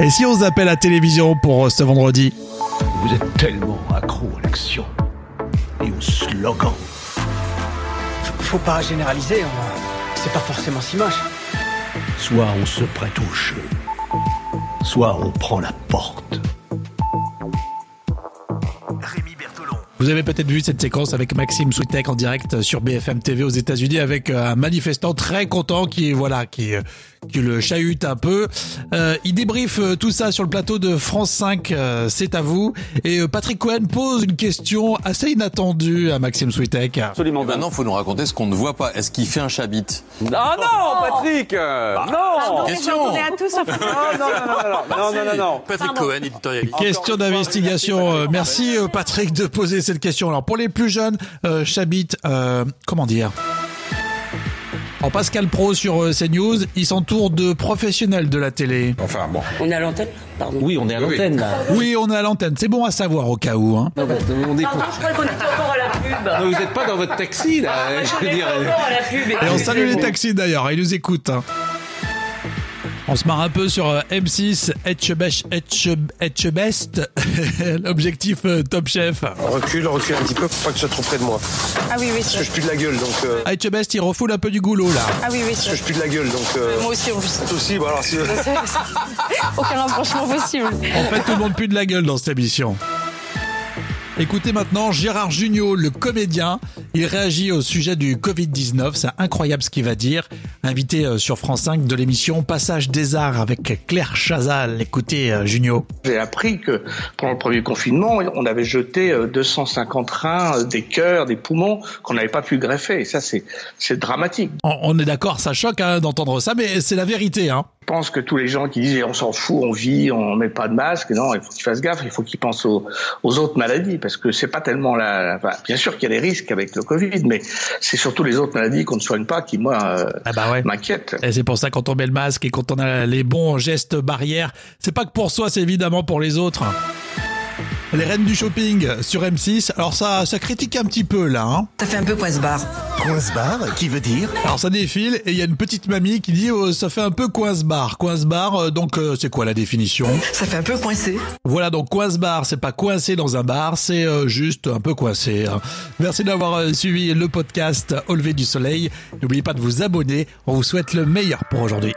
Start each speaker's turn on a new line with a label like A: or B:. A: Et si on se appelle à télévision pour euh, ce vendredi
B: Vous êtes tellement accro à l'action et au slogan.
C: Faut pas généraliser, on- c'est pas forcément si moche.
B: Soit on se prête au jeu, soit on prend la porte.
A: Vous avez peut-être vu cette séquence avec Maxime Switek en direct euh, sur BFM TV aux États-Unis avec euh, un manifestant très content qui voilà qui euh, qui le chahute un peu. Euh, il débriefe euh, tout ça sur le plateau de France 5, euh, c'est à vous. Et euh, Patrick Cohen pose une question assez inattendue à Maxime Switek.
D: Absolument.
E: Et Maintenant, il Eh ben faut nous raconter ce qu'on ne voit pas. Est-ce qu'il fait un chabit
D: Ah non, Patrick euh, Non
F: Attendez,
E: question.
F: j'entendais à tous sauf à
D: Non, non, non, non, non, non, non, non.
E: Patrick Cohen, éditorialiste.
A: Question d'investigation. Euh, Merci euh, Patrick de poser cette question. Alors pour les plus jeunes, euh, Chabit, euh, comment dire en Pascal Pro sur euh, CNews, il s'entoure de professionnels de la télé.
G: Enfin bon.
H: On est à l'antenne Pardon.
I: Oui, on est à
G: Oui, oui.
I: l'antenne là.
A: Oui, on est à l'antenne. C'est bon à savoir au cas où. Hein.
I: Non, parce que on est con-
H: Pardon, je crois qu'on était encore à la pub.
I: Non, vous n'êtes pas dans votre taxi là.
H: Ah,
I: je
H: on
I: veux
H: était
I: dire.
H: encore à la pub.
A: Et on salue les
H: excusez-moi.
A: taxis d'ailleurs, ils nous écoutent. hein. On se marre un peu sur euh, M6, Etchebest, Etchebest, l'objectif euh, Top Chef.
G: Recule, recule un petit peu pour pas que tu sois trop près de moi.
F: Ah oui, oui,
G: Parce
F: ça.
G: que je pue de la gueule, donc. euh,
A: Ah, Etchebest, il refoule un peu du goulot là.
F: Ah oui, oui,
G: parce
F: ça.
G: que je pue de la gueule, donc. euh,
F: Moi aussi, en plus.
G: Toi aussi, bah alors si.
F: Aucun rapprochement possible.
A: En fait, tout le monde pue de la gueule dans cette émission. Écoutez maintenant Gérard Jugnot, le comédien. Il réagit au sujet du Covid-19. C'est incroyable ce qu'il va dire. Invité euh, sur France 5 de l'émission Passage des Arts avec Claire Chazal. Écoutez euh, Jugnot.
J: J'ai appris que pendant le premier confinement, on avait jeté euh, 250 reins, euh, des cœurs, des poumons qu'on n'avait pas pu greffer. Et ça, c'est c'est dramatique.
A: On, on est d'accord, ça choque hein, d'entendre ça, mais c'est la vérité. Hein.
J: Je pense que tous les gens qui disent eh, on s'en fout, on vit, on met pas de masque, non, il faut qu'ils fassent gaffe, il faut qu'ils pensent aux, aux autres maladies parce que c'est pas tellement la. la- enfin, bien sûr qu'il y a des risques avec le Covid, mais c'est surtout les autres maladies qu'on ne soigne pas qui moi euh,
A: Ah bah ouais.
J: m'inquiètent.
A: Et c'est pour ça quand on met le masque et quand on a les bons gestes barrières, c'est pas que pour soi, c'est évidemment pour les autres. Les reines du shopping sur M6. Alors ça, ça critique un petit peu là. Hein.
H: Ça fait un peu quoi ce bar
B: bar qui veut dire
A: Alors ça défile et il y a une petite mamie qui dit oh, ça fait un peu coince-bar. Coince-bar, euh, donc euh, c'est quoi la définition
H: Ça fait un peu coincé.
A: Voilà, donc coince-bar, c'est pas coincé dans un bar, c'est euh, juste un peu coincé. hein. Merci d'avoir euh, suivi le podcast Au lever du soleil. N'oubliez pas de vous abonner, on vous souhaite le meilleur pour aujourd'hui.